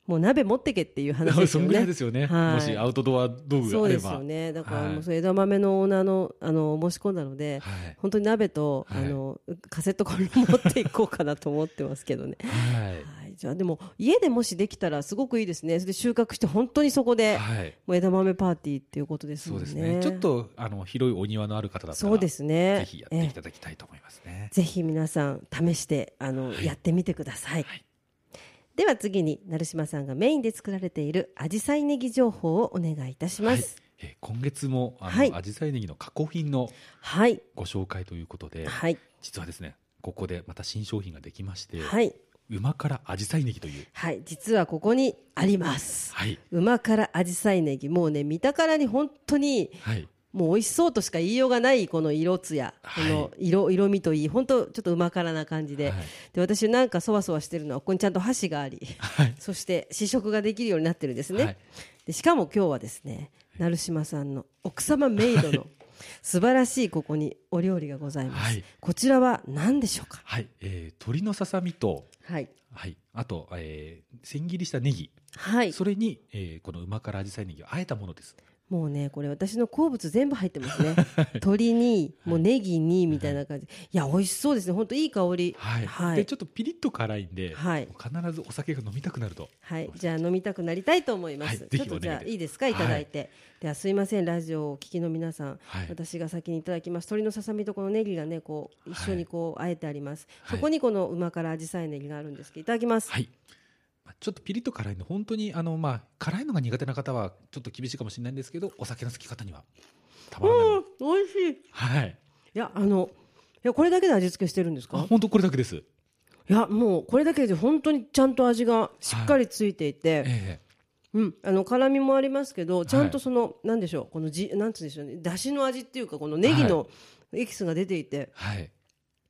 [SPEAKER 1] もう鍋持ってけっていう話です
[SPEAKER 2] そ
[SPEAKER 1] よ
[SPEAKER 2] んぐらい
[SPEAKER 1] ね
[SPEAKER 2] ですよね、
[SPEAKER 1] はい
[SPEAKER 2] もしアウトドア道
[SPEAKER 1] そ
[SPEAKER 2] 具があ
[SPEAKER 1] う
[SPEAKER 2] れ
[SPEAKER 1] ですよ
[SPEAKER 2] ば。
[SPEAKER 1] ねだからも
[SPEAKER 2] は
[SPEAKER 1] う
[SPEAKER 2] い
[SPEAKER 1] その枝豆のオーナーのあの申し込んだので、
[SPEAKER 2] はい
[SPEAKER 1] 本当に鍋と、
[SPEAKER 2] はい。
[SPEAKER 1] あのカセットコンロ持っていこうかなと思ってますけどね
[SPEAKER 2] は
[SPEAKER 1] はい、じゃあでも家でもしできたらすごくいいですね。それで収穫して本当にそこ
[SPEAKER 2] い、
[SPEAKER 1] で
[SPEAKER 2] はい、
[SPEAKER 1] もう枝豆パーティーっていうことです
[SPEAKER 2] そ
[SPEAKER 1] も
[SPEAKER 2] うん
[SPEAKER 1] ね。
[SPEAKER 2] ですね。ちょっとあの広いお庭のある方だったら、
[SPEAKER 1] そうですね。
[SPEAKER 2] ぜひやってい
[SPEAKER 1] え
[SPEAKER 2] ただきたいと思いますね
[SPEAKER 1] え。ぜひ皆さん試してあの、
[SPEAKER 2] はい
[SPEAKER 1] やってみてください。
[SPEAKER 2] はい
[SPEAKER 1] では次に成島さんがメインで作られているアジサイネギ情報をお願いいたします。
[SPEAKER 2] えー今月もあの、
[SPEAKER 1] はい
[SPEAKER 2] アジサイネギの加工品の
[SPEAKER 1] はい
[SPEAKER 2] ご紹介ということで、
[SPEAKER 1] はい
[SPEAKER 2] 実はですね、ここでまた新商品ができまして、
[SPEAKER 1] はい
[SPEAKER 2] 馬からアジサイネギという、
[SPEAKER 1] はい実はここにあります。
[SPEAKER 2] はい、
[SPEAKER 1] 馬からアジサイネギもうね見たからに本当に
[SPEAKER 2] はい、
[SPEAKER 1] もう美味しそうとしか言いようがないこの色つや、
[SPEAKER 2] はい
[SPEAKER 1] この色色味といい本当ちょっとうま辛な感じで,、
[SPEAKER 2] はい
[SPEAKER 1] で私なんかそわそわしてるのはここにちゃんと箸があ り、
[SPEAKER 2] はい
[SPEAKER 1] そして試食ができるようになってるんですね、
[SPEAKER 2] はい
[SPEAKER 1] でしかも今日はですね成島さんの奥様メイドの素晴らしいここにお料理がございます、
[SPEAKER 2] はい
[SPEAKER 1] こちらは何でしょうか
[SPEAKER 2] はい、えー鶏のささみと、
[SPEAKER 1] はい
[SPEAKER 2] はい、あと、えー千切りしたネギ、
[SPEAKER 1] はい
[SPEAKER 2] それに、えーこの馬からアジサイネギをあえたものです。
[SPEAKER 1] もうねこれ私の好物全部入ってます ね鶏にもうネギにみたいな感じいや美味しそうですね本当いい香り
[SPEAKER 2] はい、
[SPEAKER 1] はい
[SPEAKER 2] でちょっとピリッと辛いんで、
[SPEAKER 1] はい
[SPEAKER 2] 必ずお酒が飲みたくなると
[SPEAKER 1] はい、じゃあ飲みたくなりたいと思います。
[SPEAKER 2] はい
[SPEAKER 1] ち
[SPEAKER 2] ぜ
[SPEAKER 1] ょっ
[SPEAKER 2] ひ
[SPEAKER 1] と
[SPEAKER 2] お願い
[SPEAKER 1] じゃあ
[SPEAKER 2] です
[SPEAKER 1] いいですかいただいて、ではすいませんラジオをお聞きの皆さん、
[SPEAKER 2] はい
[SPEAKER 1] 私が先にいただきます。鶏のささみとこのネギがねこう一緒にこうあえてあります。
[SPEAKER 2] はい
[SPEAKER 1] そこにこの旨辛紫陽花ネギがあるんですけどいただきます。
[SPEAKER 2] はいまあちょっとピリッと辛いの本当にあのまあ辛いのが苦手な方はちょっと厳しいかもしれないんですけどお酒の好き方にはたまらない、
[SPEAKER 1] うん美味しい。い
[SPEAKER 2] はい
[SPEAKER 1] やあのいやこれだけで味付けしてるんです
[SPEAKER 2] あ
[SPEAKER 1] か。
[SPEAKER 2] 本当これだけです
[SPEAKER 1] いやもうこれだけで本当にちゃんと味がしっかりついていて、
[SPEAKER 2] え
[SPEAKER 1] うんあの辛みもありますけどちゃんとその、なんでしょうこのじなんつうんでしょうね出汁の味っていうかこのネギのエキスが出ていて。
[SPEAKER 2] えはい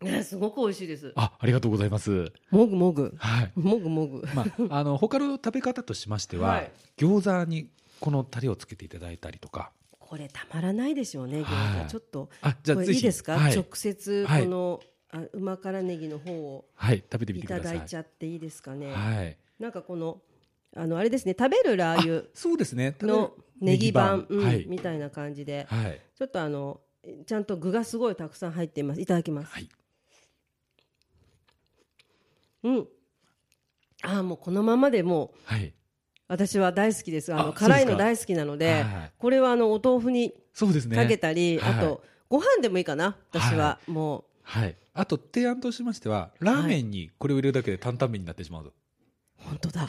[SPEAKER 1] ねすごく美味しいです
[SPEAKER 2] あありがとうございます。
[SPEAKER 1] もぐもぐ
[SPEAKER 2] はい。
[SPEAKER 1] もぐもぐ
[SPEAKER 2] まあ、あの他の食べ方としましては、
[SPEAKER 1] はい
[SPEAKER 2] 餃子にこのタレをつけていただいたりとか
[SPEAKER 1] これたまらないでしょうね
[SPEAKER 2] は
[SPEAKER 1] 餃
[SPEAKER 2] い
[SPEAKER 1] 子ちょっと
[SPEAKER 2] あじゃあ
[SPEAKER 1] これ
[SPEAKER 2] ぜ
[SPEAKER 1] い
[SPEAKER 2] ひ
[SPEAKER 1] いですか、
[SPEAKER 2] はい
[SPEAKER 1] 直接こ
[SPEAKER 2] はい
[SPEAKER 1] の、あうま辛ネギの方を
[SPEAKER 2] はい、食べてみ
[SPEAKER 1] い
[SPEAKER 2] てく
[SPEAKER 1] た
[SPEAKER 2] ださ
[SPEAKER 1] だ
[SPEAKER 2] い
[SPEAKER 1] いちゃっていいですかね、
[SPEAKER 2] はい、
[SPEAKER 1] なんかこのあのあれですね食べるラー油
[SPEAKER 2] そうですね
[SPEAKER 1] のネギ版、うん
[SPEAKER 2] はい、
[SPEAKER 1] みたいな感じで、
[SPEAKER 2] はい、
[SPEAKER 1] ちょっとあのちゃんと具がすごいたくさん入っていますいただきます、
[SPEAKER 2] はい
[SPEAKER 1] うんああもうこのままでもう
[SPEAKER 2] はい
[SPEAKER 1] 私は大好きですあの辛
[SPEAKER 2] あ
[SPEAKER 1] い
[SPEAKER 2] そうです
[SPEAKER 1] の
[SPEAKER 2] か
[SPEAKER 1] 大好きなので
[SPEAKER 2] はい
[SPEAKER 1] これはあのお豆腐に
[SPEAKER 2] そうですね
[SPEAKER 1] かけたり、
[SPEAKER 2] はい
[SPEAKER 1] あとご飯でもいいかな私は、も
[SPEAKER 2] はい、あと提案としましてはラーメンにこれを入れるだけで担々麺になってしまうと
[SPEAKER 1] う本当だ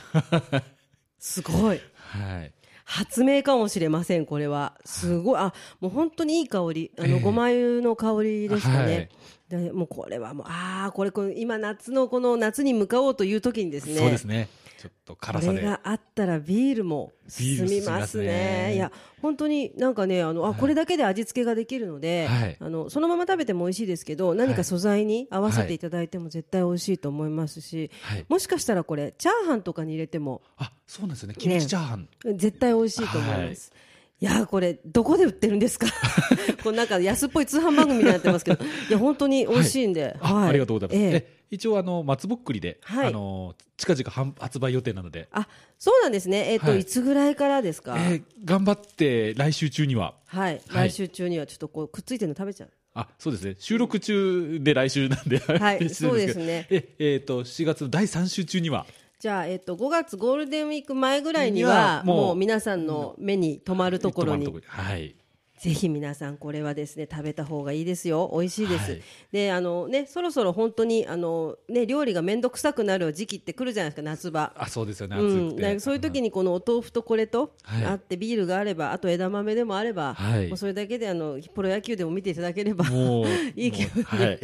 [SPEAKER 1] すごい
[SPEAKER 2] はい
[SPEAKER 1] 発明かもしれませんこれはすごいあもう本当にいい香りあの、
[SPEAKER 2] ええ
[SPEAKER 1] ごま油の香りでした
[SPEAKER 2] は
[SPEAKER 1] ね
[SPEAKER 2] い、
[SPEAKER 1] でもうこれはもうああこれこれ今夏のこの夏に向かおうという時にですね
[SPEAKER 2] そうですねちょっと辛さ
[SPEAKER 1] こ
[SPEAKER 2] で
[SPEAKER 1] れがあったらビールも進みますね
[SPEAKER 2] ビール進みますね
[SPEAKER 1] いや本当になんかねあのあ
[SPEAKER 2] はい
[SPEAKER 1] これだけで味付けができるので、
[SPEAKER 2] はい
[SPEAKER 1] あのそのまま食べても美味しいですけど何か素材に合わせていただいても絶対美味しいと思いますし、
[SPEAKER 2] はい、
[SPEAKER 1] もしかしたらこれチャーハンとかに入れても
[SPEAKER 2] あそうなんですよねキムチチャーハン、
[SPEAKER 1] 絶対美味しいと思います。いやーこれどこで売ってるんです かこうなんか安っぽい通販番組になってますけどいや本当に美味しいんで、
[SPEAKER 2] あ
[SPEAKER 1] はい
[SPEAKER 2] ありがとうございます、
[SPEAKER 1] ええ
[SPEAKER 2] え一応あの松ぼっくりで、
[SPEAKER 1] はい
[SPEAKER 2] あの近々販発売予定なので、
[SPEAKER 1] あそうなんですねえっ、と、
[SPEAKER 2] はい
[SPEAKER 1] い、つぐらいからです
[SPEAKER 2] え
[SPEAKER 1] か、
[SPEAKER 2] ー頑張って来週中には
[SPEAKER 1] はい、
[SPEAKER 2] はい
[SPEAKER 1] 来週中にはちょっとこうくっついてるの食べちゃう。
[SPEAKER 2] あそうですね収録中で来週なんで、
[SPEAKER 1] は
[SPEAKER 2] 失礼
[SPEAKER 1] い、
[SPEAKER 2] ですけ
[SPEAKER 1] そ
[SPEAKER 2] ど
[SPEAKER 1] うですね。
[SPEAKER 2] ええーと4月の第3週中には
[SPEAKER 1] じゃあ、えっと、5月ゴールデンウィーク前ぐらいに
[SPEAKER 2] には
[SPEAKER 1] は、
[SPEAKER 2] もう
[SPEAKER 1] もう皆さんの目に留まるところ
[SPEAKER 2] 一晩
[SPEAKER 1] に
[SPEAKER 2] の、ところはい
[SPEAKER 1] ぜひ皆さんこれはですね、食べた方がいいですよ。美味しいです。
[SPEAKER 2] はい
[SPEAKER 1] で、あのね、そろそろ本当に、あのね、料理が面倒くさくなる時期って来るじゃないですか、夏場。
[SPEAKER 2] あそうですよね暑
[SPEAKER 1] う
[SPEAKER 2] くて、
[SPEAKER 1] ん、だからそういう時にこのお豆腐とこれと
[SPEAKER 2] はい
[SPEAKER 1] あってビールがあればあと枝豆でもあれば、
[SPEAKER 2] はい
[SPEAKER 1] もうそれだけであのプロ野球でも見ていただければ
[SPEAKER 2] もう
[SPEAKER 1] いい気分に
[SPEAKER 2] もうはい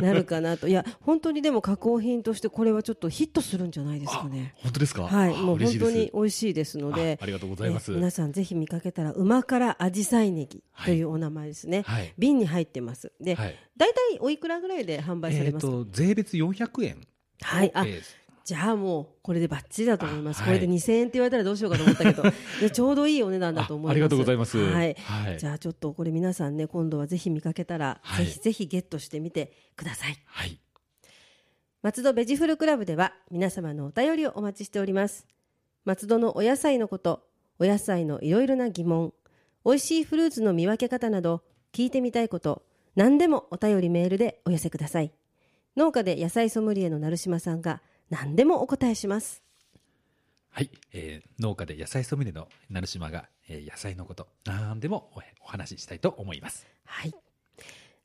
[SPEAKER 1] なるかなといや本当にでも加工品としてこれはちょっとヒットするんじゃないですかね
[SPEAKER 2] 本当ですか
[SPEAKER 1] はい
[SPEAKER 2] あ
[SPEAKER 1] もう
[SPEAKER 2] 嬉し
[SPEAKER 1] 本
[SPEAKER 2] い
[SPEAKER 1] 当
[SPEAKER 2] です
[SPEAKER 1] に美味しいですので
[SPEAKER 2] あありがとうございます
[SPEAKER 1] え皆さんぜひ見かけたら馬からあじさいネギというお名前ですね、
[SPEAKER 2] はい
[SPEAKER 1] 瓶に入ってますで、
[SPEAKER 2] はい
[SPEAKER 1] 大体おいくらぐらいで販売さ
[SPEAKER 2] え
[SPEAKER 1] れ
[SPEAKER 2] っ、
[SPEAKER 1] ますか、
[SPEAKER 2] と税別400円
[SPEAKER 1] はいあ、
[SPEAKER 2] えー
[SPEAKER 1] じゃあもうこれでバッチリだと思います、
[SPEAKER 2] あ
[SPEAKER 1] これで
[SPEAKER 2] はい
[SPEAKER 1] 2000円って言われたらどうしようかと思ったけ どいやちょうどいいお値段だと思います
[SPEAKER 2] あありがとうございます
[SPEAKER 1] はい
[SPEAKER 2] はい
[SPEAKER 1] じゃあちょっとこれ皆さんね今度はぜひ見かけたら、
[SPEAKER 2] はい
[SPEAKER 1] ぜひぜひゲットしてみてください
[SPEAKER 2] はい
[SPEAKER 1] 松戸ベジフルクラブでは皆様のお便りをお待ちしております松戸のお野菜のことお野菜のいろいろな疑問美味しいフルーツの見分け方など聞いてみたいこと何でもお便りメールでお寄せください農家で野菜ソムリエの成島さんが何でもお答えします
[SPEAKER 2] はい、えー農家で野菜ソムリエの成島が、えー野菜のこと何でもおお話ししたいと思います
[SPEAKER 1] はい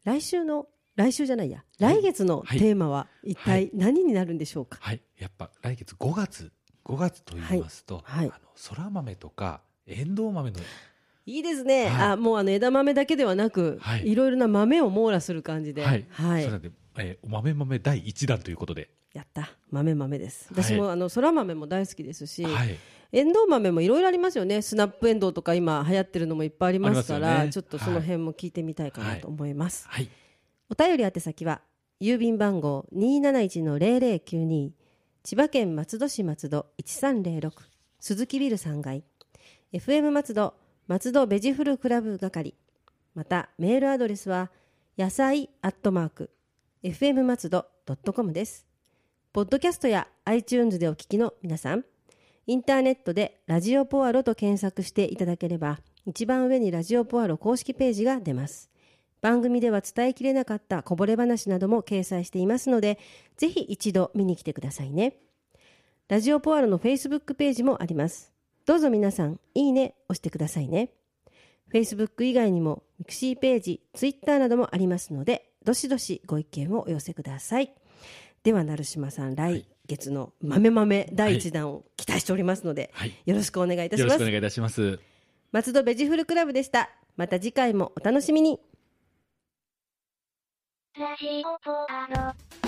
[SPEAKER 1] 来週の来週じゃないや
[SPEAKER 2] はい
[SPEAKER 1] 来月の
[SPEAKER 2] はい
[SPEAKER 1] テーマは一
[SPEAKER 2] は
[SPEAKER 1] 体何になるんでしょうか、
[SPEAKER 2] はいやっぱ来月5月5月と言いますと、
[SPEAKER 1] はいはい
[SPEAKER 2] あのそら豆とかエンドウ豆の
[SPEAKER 1] いいですね、
[SPEAKER 2] はい
[SPEAKER 1] あもうあの枝豆だけではなく、
[SPEAKER 2] はい
[SPEAKER 1] い、ろいろな豆を網羅する感じで、
[SPEAKER 2] はい、
[SPEAKER 1] はい
[SPEAKER 2] それで、えー、お豆豆第一弾ということで、
[SPEAKER 1] やった豆豆です
[SPEAKER 2] はい
[SPEAKER 1] 私も、あのそら豆も大好きですし、
[SPEAKER 2] はい、
[SPEAKER 1] エンドウ豆もいろいろありますよねスナップエンドウとか今流行ってるのもいっぱいありますか
[SPEAKER 2] あります
[SPEAKER 1] ら
[SPEAKER 2] よね
[SPEAKER 1] ちょっとその辺も聞いてみたいかなと思います、
[SPEAKER 2] はい、
[SPEAKER 1] お便り宛先は郵便番号271-0092千葉県松戸市松戸1306鈴木ビル3階 FM 松戸松戸ベジフルクラブ係またメールアドレスは野菜アットマーク FM 松戸ドットコムですポッドキャストや iTunes でお聞きの皆さんインターネットでラジオポアロと検索していただければ一番上にラジオポアロ公式ページが出ます番組では伝えきれなかったこぼれ話なども掲載していますのでぜひ一度見に来てくださいねラジオポアロの Facebook ページもありますどうぞ皆さんいいね押してくださいね Facebook 以外にもミクシーページ Twitter などもありますのでどしどしご意見をお寄せくださいでは成島さん来月の豆豆第一弾を期待しておりますので、
[SPEAKER 2] はい、
[SPEAKER 1] よろしくお願いいたし
[SPEAKER 2] よろ
[SPEAKER 1] ま
[SPEAKER 2] しく
[SPEAKER 1] す
[SPEAKER 2] お願いいたします。
[SPEAKER 1] 松戸ベジフルクラブでしたまた次回もお楽しみに
[SPEAKER 3] ラジオポアド。